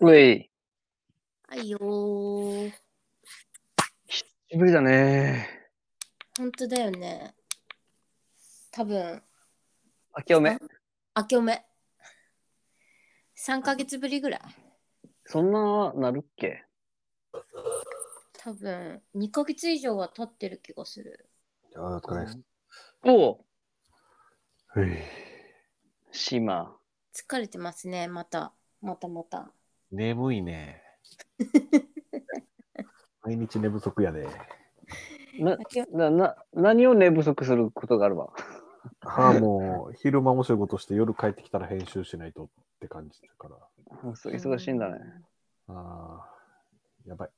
い、はいよー。久しぶりだね。本当だよね。多分、明けおめ。明けおめ。3ヶ月ぶりぐらい。そんななるっけ多分、2ヶ月以上は経ってる気がする。あお疲れ様です。おうふい島。疲れてますね、また。またまた。眠いね。 毎日寝不足や で。な明けお、な、な、何を寝不足することがあるわ。はあ、もう昼間も仕事して夜帰ってきたら編集しないとって感じだから。あそう忙しいんだね。ああ、やばい。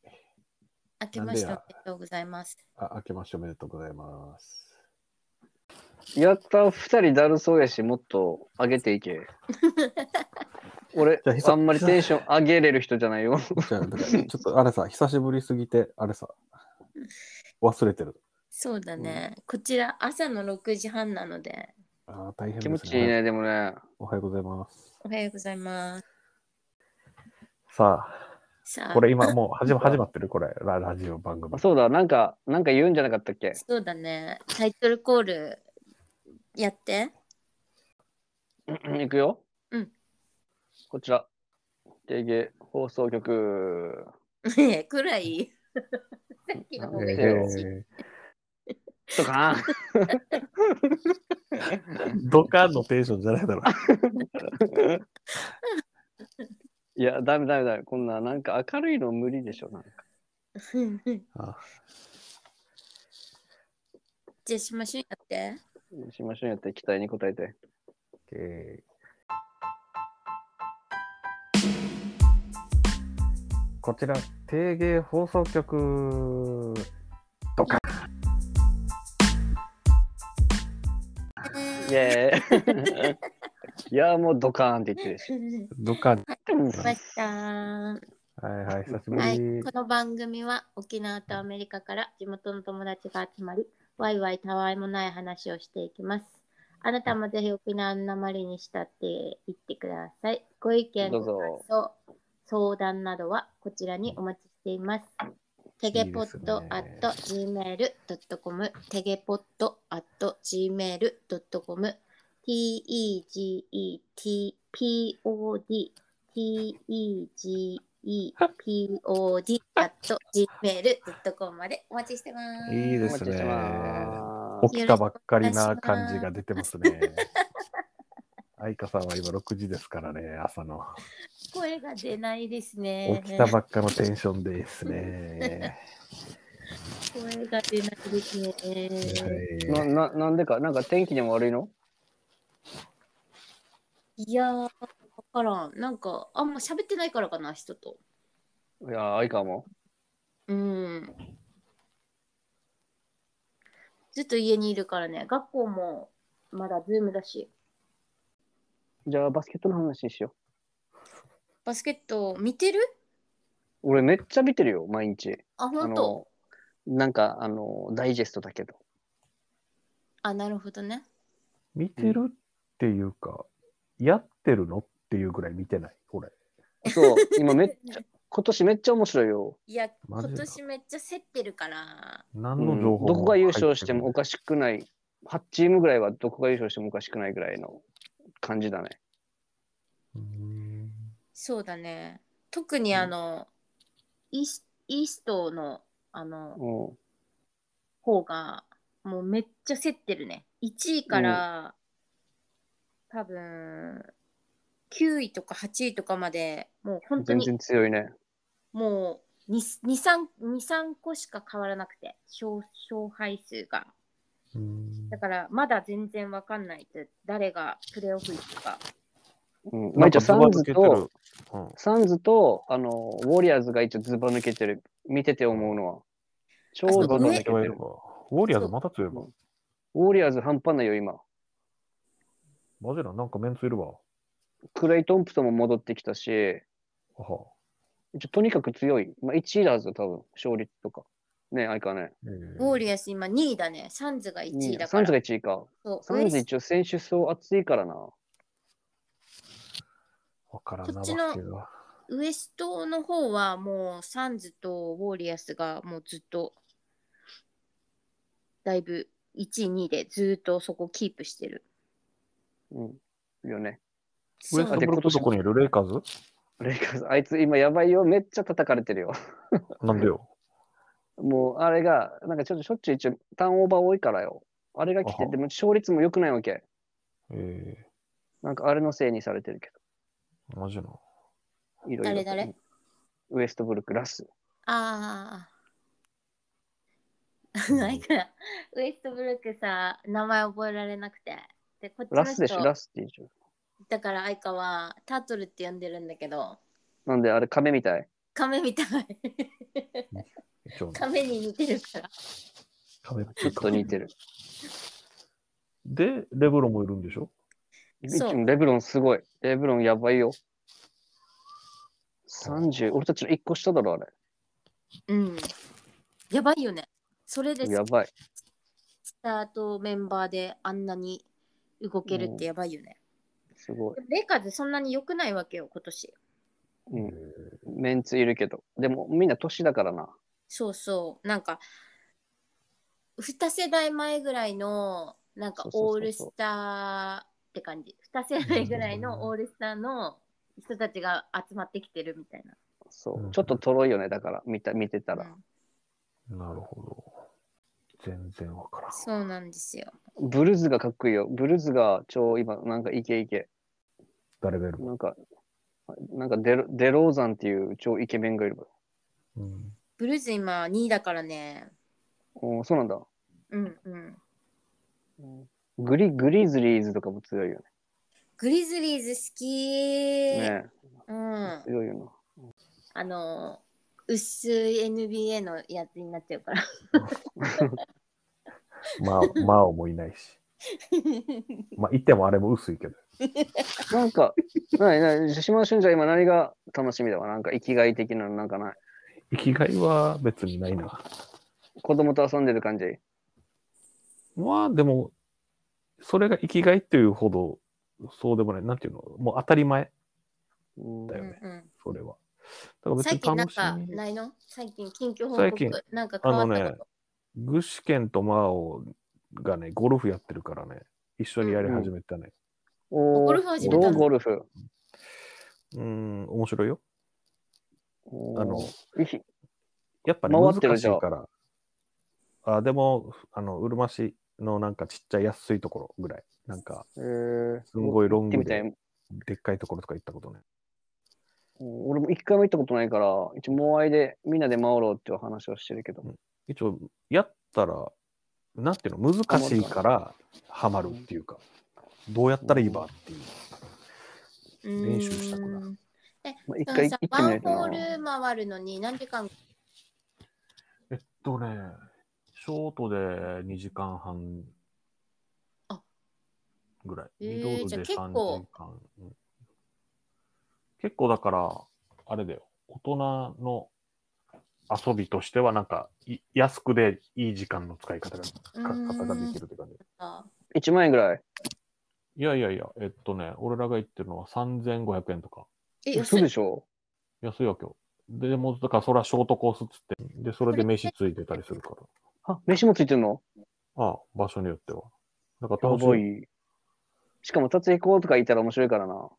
明けましておなんめでやでとうございます。あ、明けましておめでとうございます。やった、二人だるそうやし、もっと上げてい け。俺じゃあ、久あんまりテンション上げれる人じゃないよ。じゃあ、だ からちょっとあれさ、久しぶりすぎて、あれさ、忘れてる。そうだね。こちら、朝の6時半なので、ああ、大変です気ね。持ちいいね、でもね。おはようございます。おはようございます。さあ、さあ、これ今もう 始ま始まってるこれラ、ラジオ番組あ。そうだ、なんか、なんか言うんじゃなかったっけそうだね。タイトルコールやって。 うんいくよ。うん。こちら。ゲゲ放送局。ねえ、くらい。さっきの方がいいえらしい。えとかな。ードカンのテンションじゃない だろ。いや、ダメダメダメ。こんな、なんか明るいの無理でしょ。なんかあじゃあしましょうやって。しましょうやって期待に応えて。えこちら、定芸放送局。イェーイ。 いや、もうドカーンって言ってるし。ドカン。うんました。はいはい、久しぶはい、り。この番組は沖縄とアメリカから地元の友達が集まり、ワイワイたわいもない話をしていきます。あなたもぜひ沖縄のなまりにしたって言ってください。ご意見、どうごぞ感想、相談などはこちらにお待ちしています。テゲポット at gmail.com テゲポット at gmail.com t-e-g-e-t-p-o-d tegepod.gmail.com までお待ちしてます。いいおで待すちしてね。まーす。起きたばっかりな感じが出てますね。愛花さんは今6時ですからね、朝の。声が出ないですね。起きたばっかのテンションですね。声が出ないですね。なはいななんでか、なんか天気にも悪いのいやー、わからん。なんか、あんま喋ってないからかな、人と。いやー、相川も。うん。ずっと家にいるからね、学校もまだズームだし、じゃあ、バスケットの話しよバスケット見てるう。俺、めっちゃ見てるよ、毎日。あ、あ本当の、なんか、あの、ダイジェストだけど。あ、なるほどね。見てるっていうか、やってるのっていうぐらい見てない、俺。そう、 今めっちゃ、今年めっちゃ面白いよ。いや、マ今ジで年めっちゃ競ってるから。何の情報も、うんどこが優勝してもおかしくない、8チームぐらいはどこが優勝してもおかしくないぐらいの感じだね。うーんそうだね。特にうんあの、イースイーストのあのうん、方がもうめっちゃ競ってるね。1位から、多分9位とか8位とかまでもう本当全に然強いね。もう23個しか変わらなくて勝勝敗数が。うーんだからまだ全然わかんないって誰がプレーオフ行くか。うん、まあ一応サンズなとんか、ズバ抜けてるサンズと、あの、ウォリアーズが一応ズバ抜けてる。見てて思うのは。ちょうどあズそバう抜うんけて強いるの。かウォリアーズまた強いもウォリアーズ半端ないよ、今。ん。マジな、なんかメンツいるわ。クレイ・トンプソンも戻ってきたし、あは一応とにかく強い。まあ、1位だぞ、多分、勝率とか。ね、相変わらえウォーリアス今2位だね。サンズが1ね。位だサかンズがら。 1位か。そうサンズウエス一応選手層厚いからな。わからんこなっわちのけが。ウエストの方はもうサンズとウォーリアスがもうずっとだいぶ1位2位でずっとそこキープしてる。うん。よね。ウエそストうブルックどこにいるレイカーズレイカーズ、あいつ今やばいよ。めっちゃ叩かれてるよ。なんでよ。もう、あれが、なんかちょっとしょっちゅう一応、ターンオーバー多いからよ。あれが来あて、はでも勝率も良くないわけ。えなんかあれのせいにされてるけー、マジな。ど。いろいろと。誰誰ウエストブルック、ラス。ああ。 なんかウエストブルックさ名前覚えられなくて。でこっちのラス人でしょ、ラスっていうじゃん。だから愛花はタートルって呼んでるんだけどなんで、あれ、亀みたい。亀みたい一応、亀に似てるから壁ちょっと似てる。で、レブロンもいるんでしょそうレブロンすごい。レブロンやばいよ。30、俺たちの1個下だろ、あれ。うんやばいよねそれでやばい。スタートメンバーであんなに動けるってやばいよね。すごい。レイカーズそんなに良くないわけよ、今年。うえん。メンツいるけど。でも、みんな年だからな。そうそう。なんか、2世代前ぐらいの、なんかそうそうそうそうオールスターって感じ。2世代ぐらいのオールスターの人たちが集まってきてるみたいな。そう。うんちょっととろいよね、だから、見た見てたら。うんーなるほど。全然わからん。そうなんですよ。ブルズがかっこいいよ。ブルズが超今、なんかイケイケ。誰がいるなんか、なんかデロデローザンっていう超イケメンがいる。 うん。ブルーズ今2位だからね。おーそうなんだ。うんうん。グリ、グリズリーズとかも強いよグリズリーズ好きね。ー、ねうん。強いよあの、薄い NBA のやつになっちゃうから。まあ、まあもいないし。まあ、いてもあれも薄いけど。な。なんか、ないない、島田俊じゃ今何が楽しみだわ。なんか生きがい的なのなんかない。生きがいは別にないな。子供と遊んでる感じ。まあ、でも、それが生きがいっていうほど、そうでもない。なんていうのもう当たり前、うんだうよんねうんそれは。だから別最に近なん楽しかみ。ないの最近近況報最近告なんか変わったこと。具志堅と真央がね、ゴルフやってるからね、一緒にやり始めたね。おーゴルフ始めたどのうゴルフうん、ん、面白いよ。おーあの、いひやっぱね、回ってる難しじゃんいから。あ、でも、あの、うるま市のなんかちっちゃい安いところぐらい。なんか、えー、すんごいロ行ンってグみたいで、。でっかいところとか行ったことね。うん俺も一回も行ったことないから、一応、モアイでみんなで回ろうっていう話をしてるけど、一応、やったら、なんていうの、難しいから、ハマるっていうか、どうやったらいいばっていう。練習したくうなるーんまあ、一だから回行さってみワなンいとホな。ール回るのに何時間えっとね、ショートで2時間半あぐらい。えーミドルでじゃあ3結時構間。うん結構だから、あれだよ、大人の遊びとしては、なんかい、安くでいい時間の使い方がうか方がでーんきるって感じ。あ1万円ぐらい。いやいやいや、えっとね、俺らが言ってるのは3500円とか。え、嘘安でいしょ安いわけよ。ででも、だからそれはショートコースっつって、で、それで飯ついてたりするから。あ、飯もついてんのああ、場所によっては。だからや楽しいばい。しかも、達彦とかいたら面白いからな。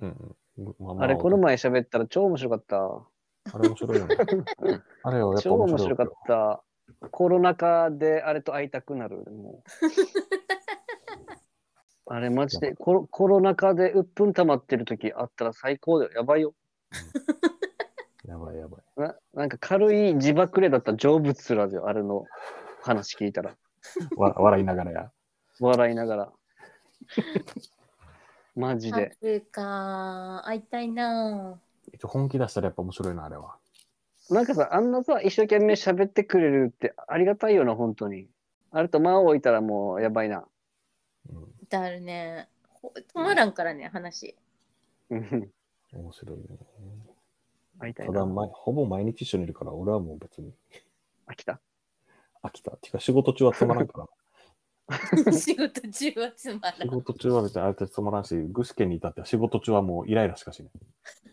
うんうんまあまあれ、この前喋ったら超面白かった。あれ面白いよね。あれよ、やっぱ超面面白白いかった。コロナ禍であれと会いたくなる。も うあれ、マジでコロ、コロナ禍で鬱憤溜まってる時あったら最高だよ。やばいよ。やばいやばい。ななんか軽い自爆霊だったら成仏するはずよ。あれの話聞いたら。わ笑いながらや。笑いな がら。マジ半で。数か。会いたいな一応本気出したらやっぱ面白いな、あれは。なんかさ、あんなさ、一生懸命喋ってくれるってありがたいよな、本当に。あれと間を置いたらもうやばいな。 うん、だるね。ほ止まらんからね、 話。うん面白いよね。会いたいただ、な。ま、ほぼ毎日一緒にいるから、俺はもう別に飽きた。秋田。てか仕事中はつまらんから。仕事中はつまら仕ん。事中は別にあれたちつまらんし、具志堅に至っては仕事中はもうイライラしかしない。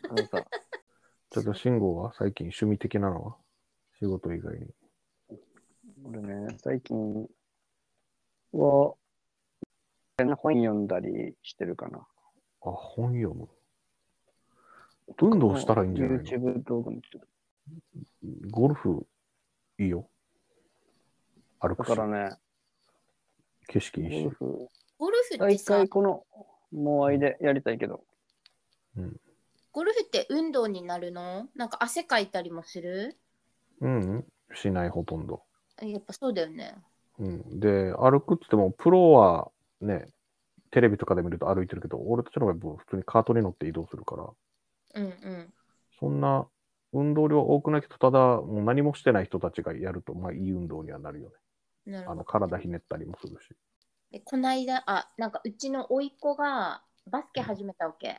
あのさ、 ちょっと信号は最近趣味的なのは仕事以外に。俺ね、最近は、本読んだりしてるかな。あ、本読む。運動したらいいんじゃないの ?YouTube 動画見てる。ゴルフいいよ。歩だくしか、らね、景色いいゴルし。フ、ゴルフって大さ体、この、もうあいでやりたいけど、ゴルフって運動になるのなんか汗かいたりもするうん、うん、しないほとんど。やっぱそうだよね。うん、で、歩くって言っても、プロはね、テレビとかで見ると歩いてるけど、俺たちの場合、もう普通にカートに乗って移動するから、うんうん。そんな運動量多くないけど、ただ、もう何もしてない人たちがやると、まあいい運動にはなるよね。なるあほのど。体ひねったりもするし。でこないだ、あ、なんかうちの甥いっ子がバスケ始めたわけ。う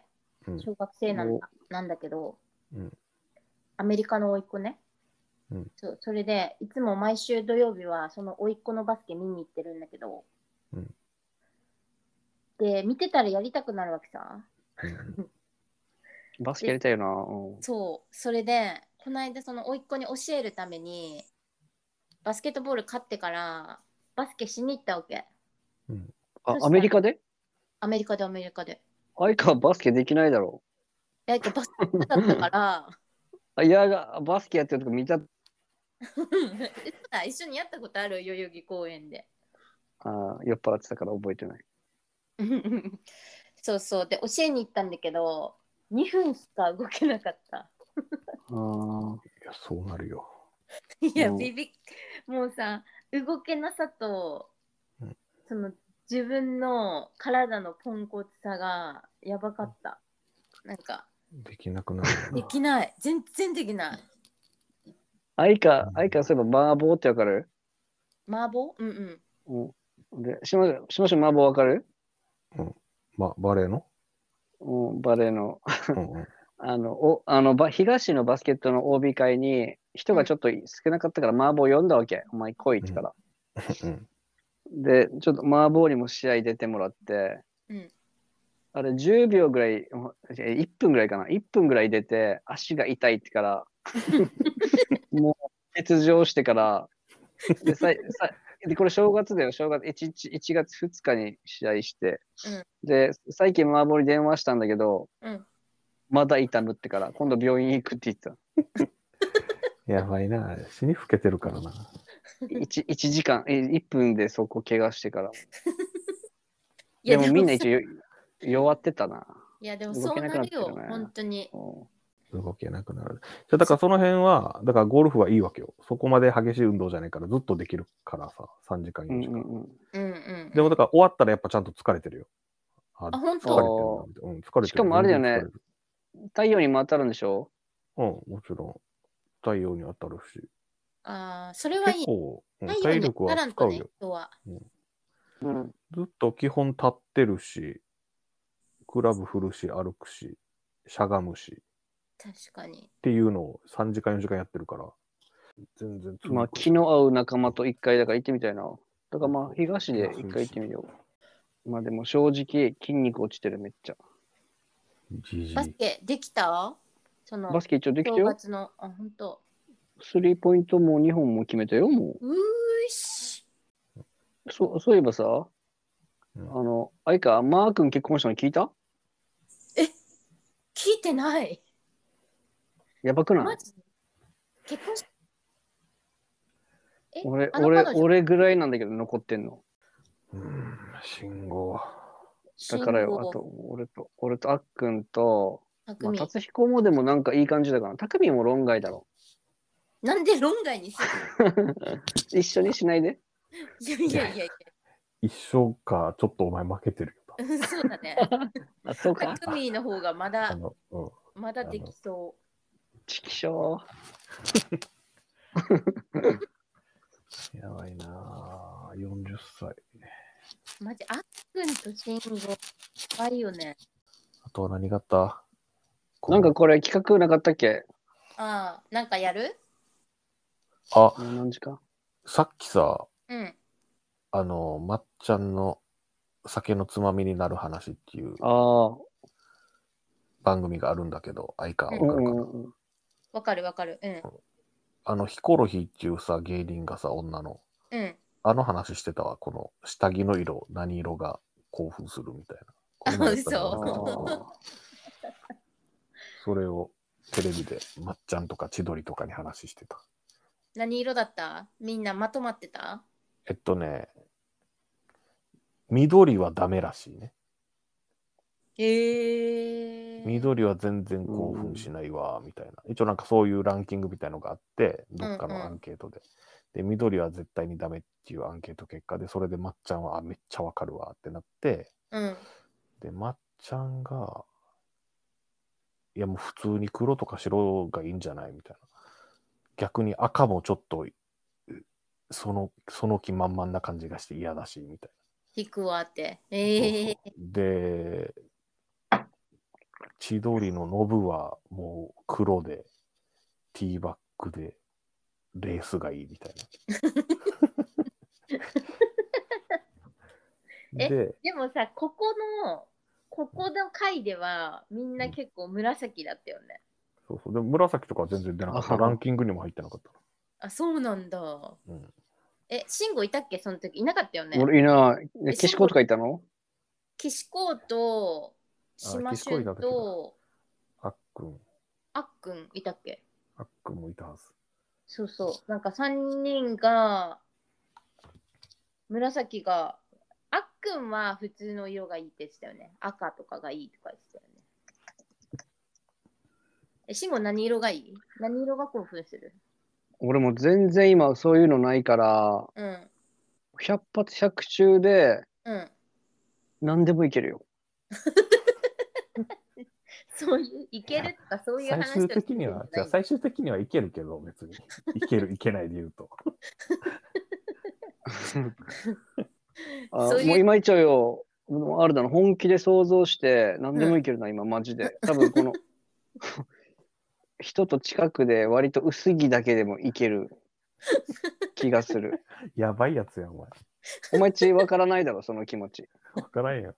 ん小学生なんおだなんだけど、うんアメリカの甥いっ子ね。うんそうそれで、いつも毎週土曜日はその甥いっ子のバスケ見に行ってるんだけど、うんで、見てたらやりたくなるわけさ。うんバスケやりたいよな。うんそうそれでこの間その甥っ子に教えるためにバスケットボール勝ってからバスケしに行ったわけあそし、たらアメリカでアメリカでアメリカであいかバスケできないだろえっとバスケだったから う。あいやが、バスケやってるとこ見た。うんえそうだ一緒にやったことある代々木公園で あー酔っ払ってたから覚えてない。そうそうで教えに行ったんだけど2分しか動けなかった あーいや、そうなるよ。いやうんビビもうさ動けなさとうんその自分の体のポンコツさがやばかったなんかできなくなるよ でな。きない全然できないあいか、あいか、そういえば、麻婆ってわかる麻婆うんうんうん。で、しましまし麻婆わかるま、バレーの、うん、バレーの。 うんうん、あの、おあのば東のバスケットの OB 会に、人がちょっと少なかったから、麻婆呼んだわけ。お前来いってから。うんで、ちょっと麻婆にも試合出てもらって、うんあれ10秒ぐらい、え1分ぐらいかな。1分ぐらい出て、足が痛いって から、もう欠場してから、で、さいさいでこれ正月だよ、正月1、1 1月2日に試合して、で、最近麻婆に電話したんだけど、うんまだ痛むってから、今度病院行くって言ってた。やばいな。あれ死に老けてるからな。 1, 1時間、え1分でそこ怪我してから。いでやもでもみんなさ一応よ弱ってたな。いやでも動そうけななくなっるてるねよ本当にうん動けなくなる。じゃだからその辺は、だからゴルフはいいわけよ。そこまで激しい運動じゃないから、ずっとできるからさ、3時間、う4ん時間。うんうんうんうんでもだから終わったらやっぱちゃんと疲れてるよ。ああ本疲れてる当なみたいなうん、疲れてる。しかもあれだよね全然疲る太陽にも当たるんでしょうん、もちろん。太陽に当たるし。あーそれはい結い構、うん太陽体に力当はたらん使とうねよ。人はうん。ずっと基本立ってるし、クラブ振るし、歩くし、しゃがむし、っ確かにていうのを3時間、4時間やってるから、全然続くまあ、気の合う仲間と一回だから行ってみたいな。だからまあ、東で一回行ってみよう。まあでも正直、筋肉落ちてるめっちゃ。じじいバスケできたそのバスケ一応できて正よ。月のあ本当スリーポイントも2本も決めたよ、もうーしう。そそういえばさ、うんあの、あいか、マー君結婚したの聞いた聞いてないやばくなマいジ結婚しえ俺、あの俺、彼女俺ぐらいなんだけど残ってんの。うん、信号。だからよ、あと、俺と、俺とあっくんと、まあ、匠、達彦もでもなんかいい感じだから、たくみも論外だろ。なんで論外にす一緒にしないで。るいやいやいやい一生か、ちょっとお前負けてるよ。やそうだねあ、そうか。匠の方がまあだの、うん。まだできそちきしょう。やばいなぁ。40歳。うマジあっくんと慎吾怖いよねあとは何があったなんか、これ企画なかったっけああなんかやるあ、もう何時間さっきさ、うん。あの、まっちゃんの酒のつまみになる話っていうああ、番組があるんだけど、相川うわかんうるかな、んうん。わかるわかる。うん。あの、ヒコロヒーっていうさ、芸人がさ、女の、うん。あの話してたわ、この下着の色、何色が興奮するみたいな。こんなんやったあら嘘なんかーそれをテレビでまっちゃんとか千鳥とかに話してた。何色だったみんなまとまってたえっとね、緑はダメらしいね。へえー。緑は全然興奮しないわ、みたいな。一応なんかそういうランキングみたいのがあって、どっかうんうのんアンケートで。で、緑は絶対にダメっていうアンケート結果で、それでまっちゃんは、あ、めっちゃわかるわってなって、うん。で、まっちゃんが、いやもう普通に黒とか白がいいんじゃないみたいな。逆に赤もちょっと、うその、その気満々な感じがして嫌だし、みたい引くわって。な。ええー。そうそうで、千鳥のノブはもう黒で、ティーバックで、レースがいいみ たいな。 えで、でもさ、ここの、ここの回ではみんな結構紫だったよね。そうそう。でも紫とかは全然出なかった。あランキングにも入ってなかった。あ、そうなんだ。うんえ、慎吾いたっけその時いなかった よね。俺いない。ええ岸子とかいたの岸子と島岸子俊いた時だとあっくん、あっくんいたっけあっくんもいたはず。そうそう。なんか3人が、紫が、あっくんは普通の色がいいって言ってたよね。赤とかがいいとか言ってたよね。え、慎吾何色がいい何色が興奮する俺も全然今そういうのないから、うん。百発百中でうん。何でもいけるよ。そういう、いけるとかそういう最話とし終て的には、じじゃあ最終的にはいけるけど、別 に。いける、いけないで言うと。あそういうもう今一応よ、もうあれだな、本気で想像して何でもいけるな、今マジで。多分この 人と近くで割と薄着だけでもいける気がす る。やばいやつやん、お前。お前ちわからないだろ、その気持ち。わからんよ。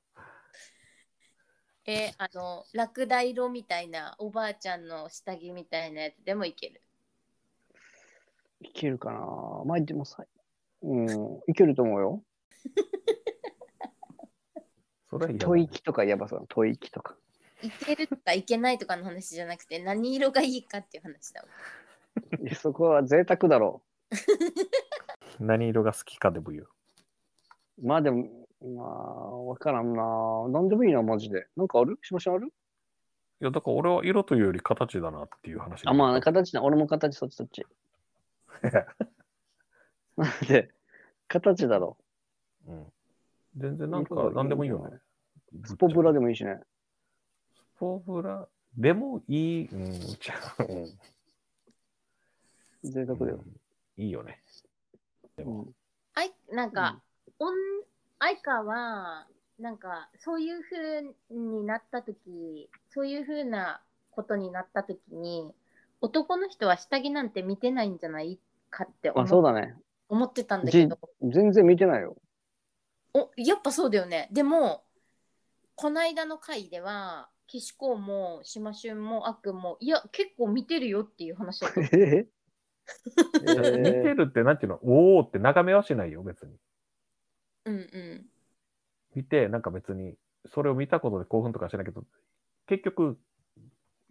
えーあの、ラクダ色みたいな、おばあちゃんの下着みたいなやつでもいける。いけるかなまあでもさ、うん、いけると思うよ。それはやば吐い。息とかやばそう、吐息とか。いけるとかいけないとかの話じゃなくて、何色がいいかっていう話だわ。いやそこは贅沢だろ何色が好きかでも言う。う。まあでも、まあ、わからんな。何でもいいな、マジで。なんかあるしましょあるいや、だから俺は色というより形だなっていう話。あ、まあ、形な。俺も形、そっちそっち。なんで、形だろ うん。全然う。なんか、なんでもいいよね。。スポブラでもいいしね。スポブラでもいい。うん、じゃあ、うん。贅沢だよ。いいよね。うんあいなんか、おん、愛花は、なんか、そういうふうになったとき、そういうふうなことになったときに、男の人は下着なんて見てないんじゃないかってま思,、あ、そうだね。思ってたんだけど、全然見てない よ。おやっぱそうだよね。でも、こないだの回では、岸子も島俊もあっくんも、いや、結構見てるよっていう話だ ったえ。え見てるって、なんていうの、おおって眺めはしないよ、別に。うんうん。見て、なんか別に、それを見たことで興奮とかしないけど、結局、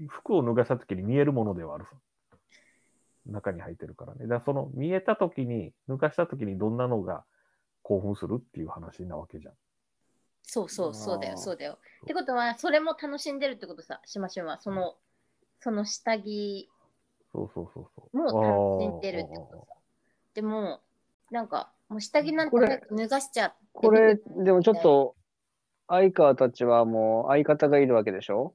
服を脱がした時に見えるものではあるさ。中に入ってるからね。だからその見えた時に、脱がした時にどんなのが興奮するっていう話なわけじゃん。そうそあうーそうだよそうだよ。ってことはそれも楽しんでるってことさしましょうはそのその下着そうそうそうそう。も楽しんでるってことさ。でもなんかもう下着なんて早く脱がしちゃってこれ、でもちょっと、相川たちはもう相方がいるわけでしょ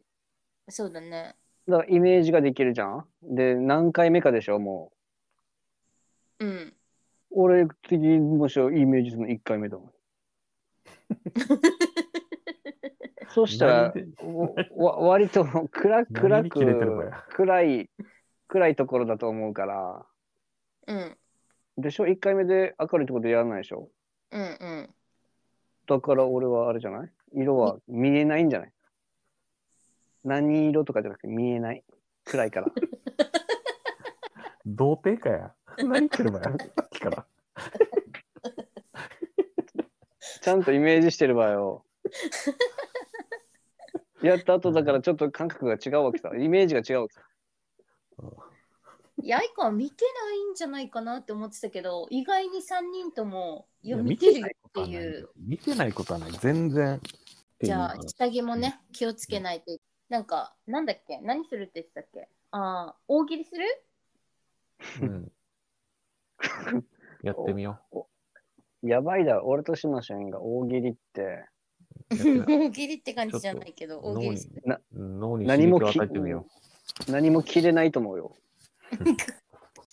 そうだねだからイメージができるじゃんで、何回目かでしょもうんう。俺、次、もしろイメージするの1回目だ もん。そしたら、何でおわ割と暗何暗にく切れてるのや暗い暗いところだと思うからうん。でしょ ?1 回目で明るいところでやらないでしょうんうん。だから俺はあれじゃない色は見えないんじゃない何色とかじゃなくて見えない。暗いから。童貞かや。何言ってるのや。さっきから。ちゃんとイメージしてれば よ。やった後だからちょっと感覚が違うわけさ。イメージが違うわけさ。いや、アイコンは見てないんじゃないかなって思ってたけど、意外に3人ともいや読みてるよって見てないいことはないうよ。見てないことはない。全然。っていじうゃあ話、下着もね、気をつけないといなんか、なんだっけ何するって言ってたっけああ、大喜利する うん、やってみよやばいだろ、俺と島主演が大喜利って う。やってみ大よ喜利って感じじゃないけど、大喜う脳利にする。脳に刺何激もをき与えてみよ何も切れないと思う よ。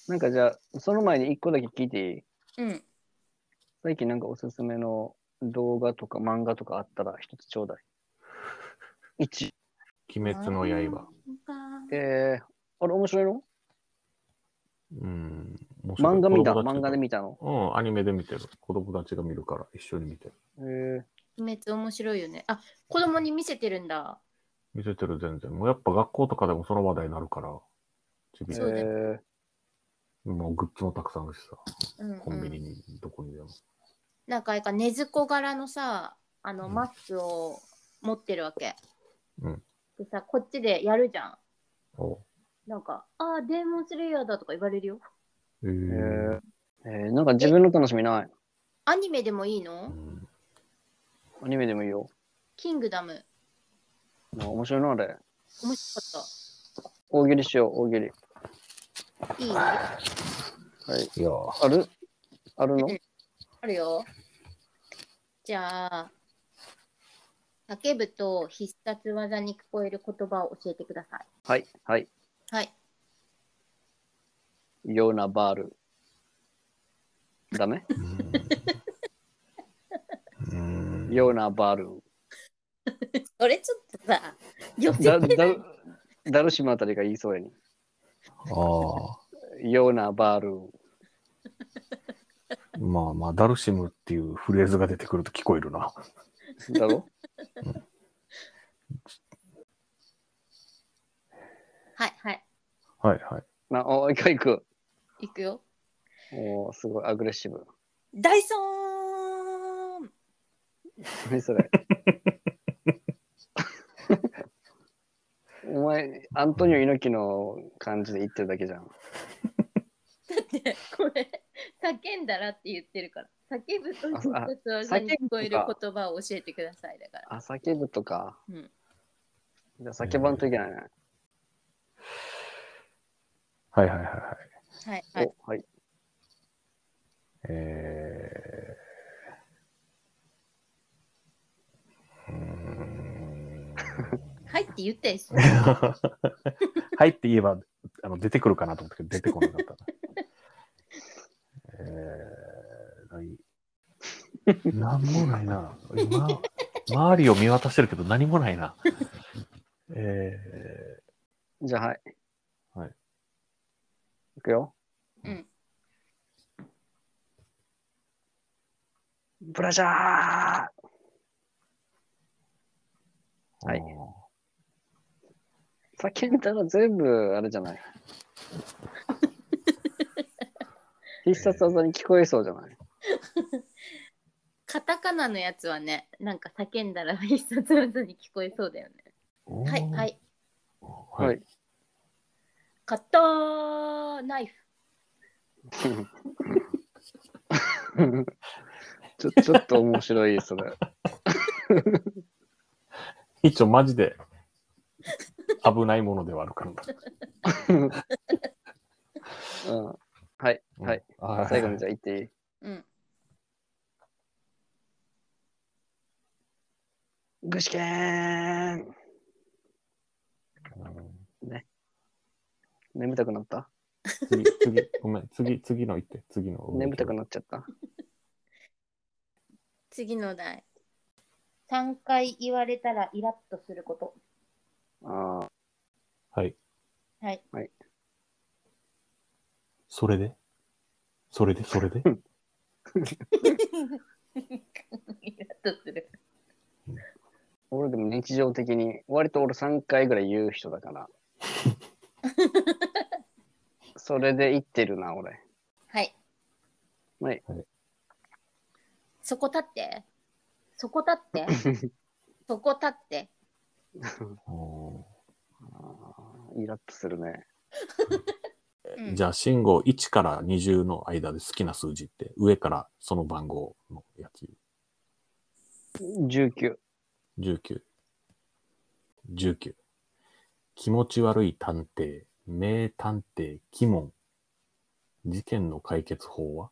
なんかじゃあ、その前に一個だけ聞いていいうん。最近なんかおすすめの動画とか漫画とかあったら一つちょうだい。1。う。鬼滅の刃。あー。えー、あれ面白いのうん。面白い漫画見た子供ちが漫画で見たの。うん、アニメで見てる。子供たちが見るから一緒に見てる。えー、鬼滅面白いよね。あ、子供に見せてるんだ。見せてる全然。もうやっぱ学校とかでもその話題になるから。ちびえっそうだよー、もうグッズもたくさんあるしさ。うん、うん。コンビニに、どこにでも。なんかあれかねずこ柄のさあのうんマスクを持ってるわけ、うんでさこっちでやるじゃんおなんか「ああデーモンスレイヤーだ」とか言われるよえーえーえーなんか自分の楽しみない。アニメでもいいの、うんアニメでもいいよ。キングダムなんか面白いな、あれ。面白かっ大喜利しよう、大喜利。たいいあはい。 いやあるあるのうんるよじゃあ叫ぶと必殺技に聞こえる言葉を教えてくださいはい、はい。はいヨナバール。ダメうん。ヨナバー ル。それちょっとさ寄せだ、てなだい、ダルシムあたりが言いそうやに。あヨナバール。あ。まあまあ、ダルシムっていうフレーズが出てくると聞こえるな。だ ろはいはいはいはい。な、お、いくいく。いくよおーすごい、アグレッシブ。ダイソーン何そ れ。お前、アントニオ猪木の感じで言ってるだけじゃん。だってこれ叫んだらって言ってるから叫ぶと必殺技に聞こえる言葉を教えてくださいだからあ、叫ぶとか。うんじゃあ叫ばんといけないね。はいはいはいはい。はいはいお、はい。えー、うーんはいって言ったでしょはいって言えばあの出てくるかなと思ったけど出てこなかったな。えー、ない。なんもないな。今、周りを見渡してるけど何もないな。えじゃあ、はい。はい。いくよ。うんブラジャーー、はいあー叫んだら全部あれじゃない。必殺技に聞こえそうじゃない。カタカナのやつはねなんか叫んだら必殺技に聞こえそうだよねはいは。いはい。はいカッターナイフちょちょっと面白い、それ。一応マジで危ないものではあるからな。うん。はい、はい。うん。最後にじゃあ言っていいうん具志堅うん眠たくなった次、次、ごめん、次、次の行って、次の。眠たくなっちゃった次の題3回言われたらイラッとすること ああ、はい。はいそれでそれで、そ れで。イラッとする。俺でも日常的に、割と俺3回ぐらい言う人だから。それで言ってるな、俺。はい。はい。そこ立って。そこ立 って。そこ立って。おあーイラッとするね。うーんじゃあ、信号1から20の間で好きな数字って、上からその番号のやつ。 19。 19。19。気持ち悪い探偵、名探偵、鬼門。事件の解決法は、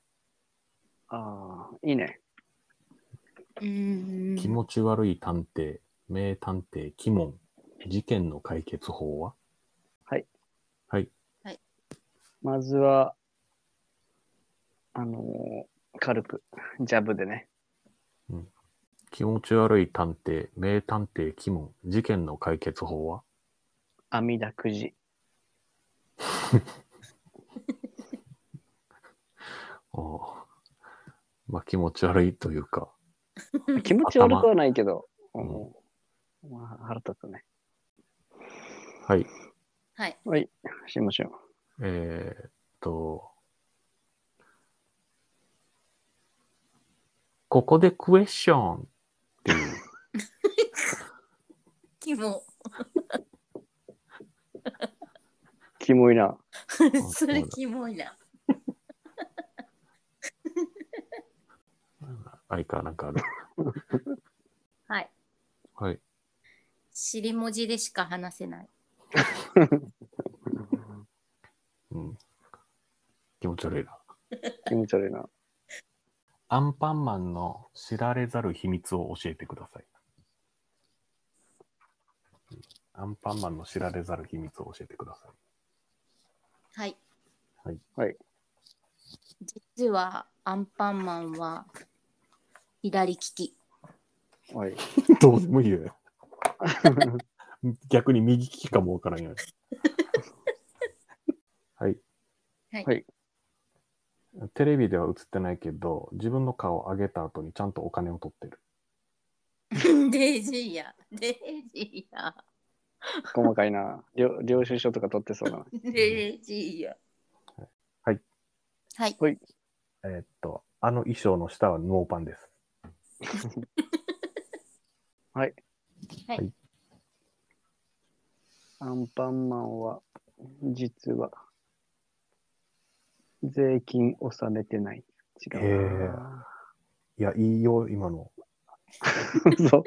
ああ、いいね。うん気持ち悪い探偵、名探偵、鬼門。事件の解決法ははい。はい。まずは、あのー軽く、ジャブでね。気持ち悪い探偵、名探偵、鬼門。事件の解決法は網だくじ。ああ。まあ気持ち悪いというか、気持ち悪くはないけど、うんまあ、腹立つね。はい。はい。はい、しましょえーっと、ここでクエスチョンっていう、キモ。う。キモいな。それキモいな。あいかなんかある。はい。はい。尻文字でしか話せない。うん。気持ち悪いな。気持ち悪いな。アンパンマンの知られざる秘密を教えてください。アンパンマンの知られざる秘密を教えてください。はい。はい。はい。実はアンパンマンは左利き。 はい。 どうでもいいよ。逆に右利きかもわからん よ。はい。はいはいテレビでは映ってないけど、自分の顔を上げた後にちゃんとお金を取ってる。デイジーや。デイジーや。細かいな。領領収書とか取ってそうだな。デイジーや。はい。はい。えーっと、あの衣装の下はノーパンです。アンパンマンは、実は、税金納めてない。違うな。いや、いいよ、今の。そう。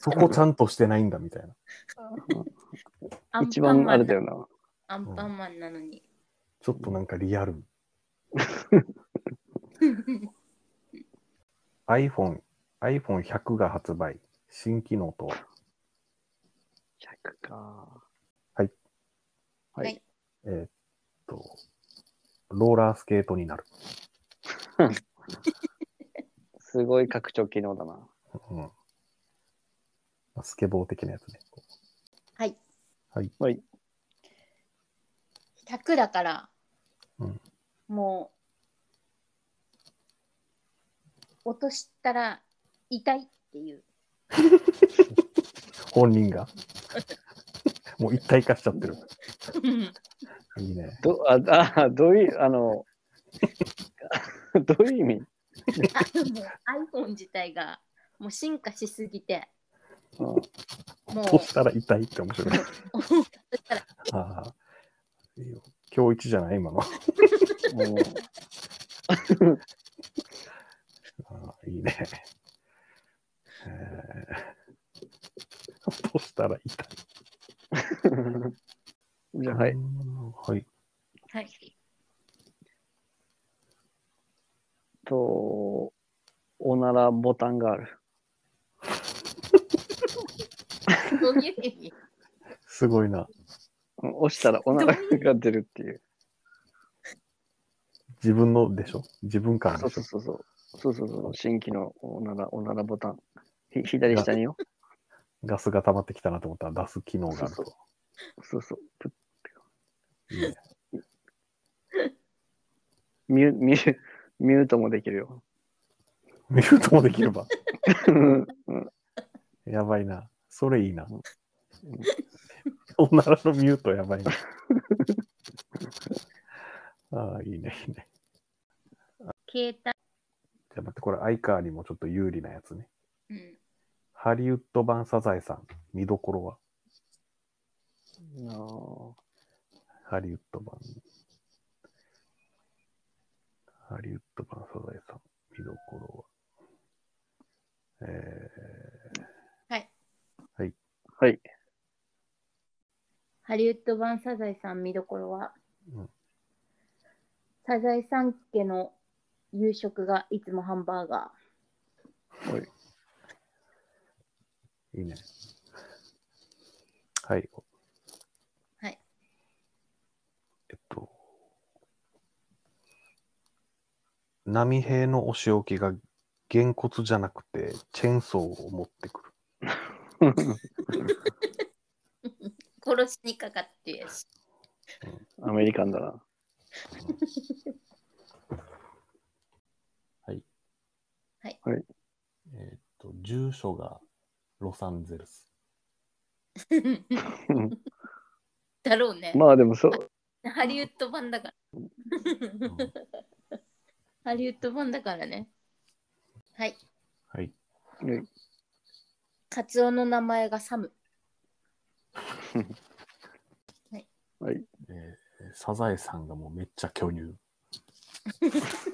そこちゃんとしてないんだ、みたいな。一番あれだよ。よな。アンパンマンなのに。ちょっとなんかリアル。iPhone、iPhone100 が発売。新機能とは100か。えーっと、ローラースケートになる。すごい拡張機能だな。うん、スケボー的なやつね。はい。はい。はい。 100だから、うんもう、落としたら痛いっていう。 本 人が。もう一体化しちゃってる。いいね。ど、あ、あ、どういう、あの、 どういう意味あのもう iPhone 自体がもう進化しすぎて、うんもう、としたら痛いって面白い。そしたらああ。いいよ今日一じゃない今の。もうああいいね。 えーとしたら痛い。じゃあ、はい。はい。はい。 と、おならボタンがある。どういう意味すごいな。うん押したらおならが出るっていう。自分のでしょ自分感そでうしそうょそうそう。そうそうそう。新規のおなら、おならボタン。ひ左下によ。ガスが溜まってきたなと思ったら出す機能があるそうと。そうそう。ぷいいねミュミュミュートもできるよ。ミュートもできれば。うん やばいな。それいいな。おならのミュートやばいな。 ああ、いいね、いいね。携じゃあ待って、これ、相川にもちょっと有利なやつね。帯、うん、ハリウッド版サザエさん、見どころはあーハリウッド版。ハリウッド版サザエさん、見どころは。えー、はい。はい。はい。 ハリウッド版サザエさん見どころは、うんサザエさん家の夕食がいつもハンバーガいいね。はい。はい。えっと、波平のお仕置きがげんこつじゃなくて、チェーンソーを持ってくる。ー。殺しにかかってるや し。アメリカンだな。えっと、住所がロサンゼルス。だろうね、まあでもそう、ハリウッド版だから。ハリウッド版だからね。はい。はい。うんカツオの名前がサム。はい。えーサザエさんがもうめっちゃ巨乳。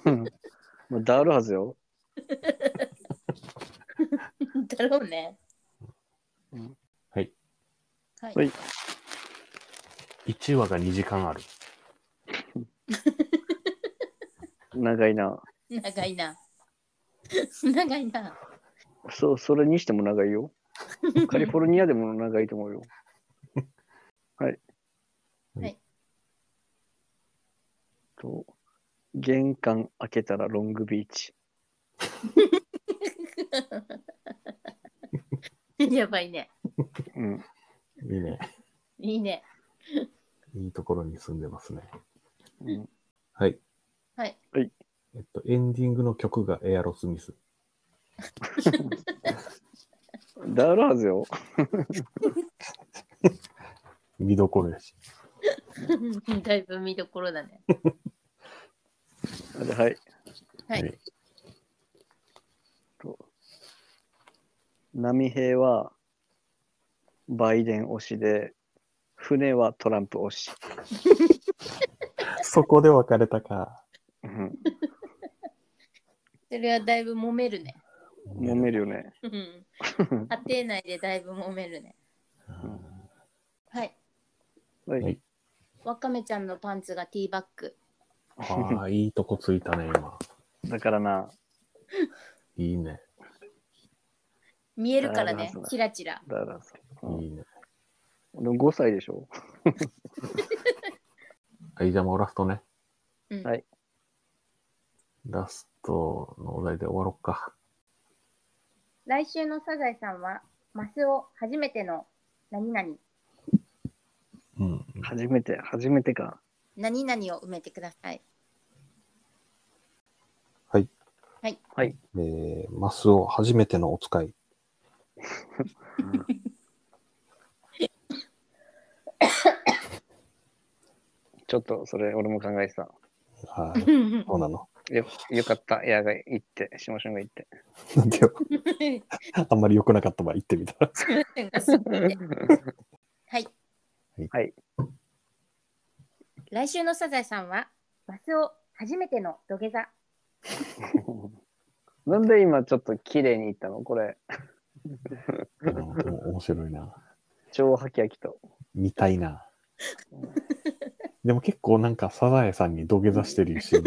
うんまあ、だるはずよ。だろうね。うんはい。はい。はい1話が2時間ある。長いな。長いな。 長いな。そう、それにしても長いよ。カリフォルニアでも長いと思うよ。はい。はい。と、玄関開けたらロングビーチ。 やばいね。うん。いいね。いいね。 いいところに住んでますね。うん、はい。はい。えっと、エンディングの曲がエアロスミス。だるはずよ。見どころやし。だいぶ見どころだね。ではい。はいはいと、波平はバイデン推しで、船はトランプ推し。そこで別れたか。うん、それはだいぶ揉 めるね。揉めるよね。うん家庭内でだいぶ揉めるね。うんはい。はい。はいわかめちゃんのパンツがティーバッグ。ああ、いいとこついたね、今。だからな、いいね。見えるからねあー、チラチラ。だからさ。うんいいね。でも5歳でしょはい、じゃあもうラストね。うんはいラストのお題で終わろうか。来週のサザエさんは、マスオ初めての何々、うん。初めて、初めてか。何々を埋めてくだ さい。えー、マスオ、初めてのお使い。ちょっとそれ俺も考えてた。はい。そうなの。よよかった、エアが行って、下旬が行 って。なんでよ。あんまり良くなかった場合行ってみたら。はい。はい。来週のサザエさんは、マスオ初めての土下座。なんで今ちょっと綺麗に行ったのこれ、うん面白いな。超ハキハキと。見たい な。でも結構なんかサザエさんに土下座してるし、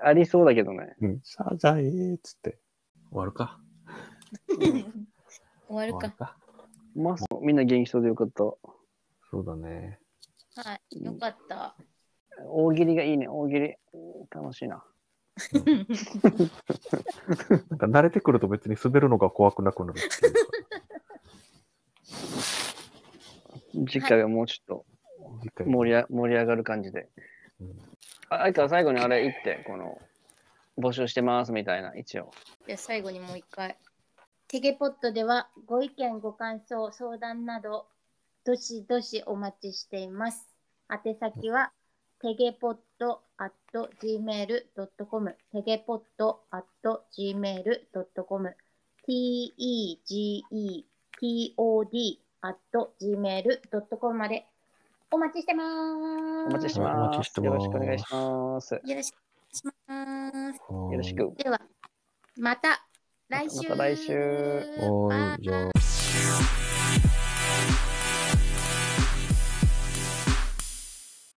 ありそうだけどね。うん、サザエーっつって。終わるか。終わる終わかる。か。まあ、そうみんな元気そうでよかった。そうだね。はい。よかった。大喜利がいいね、大喜利。楽しいな。なんか慣れてくると別に滑るのが怖くなくなるっていう か。次回はもうちょっ次と回盛りあ盛り上がる感じで。ああいつは最後にあれ言って、この、募集してますみたいな、一応。じゃあ最後にもう一回。テゲポットではご意見、ご感想、相談など、どしどしお待ちしています。宛先は、テゲポット at gmail.com、テゲポット at gmail.com、t-e-g-e-p-o-d at gmail.com までお待ちしてます。お待ちしておま待ちす。してますよろしくお願いします。よよろしくお願いします。ろしく。では、また来週。また来週はバいイじゃあ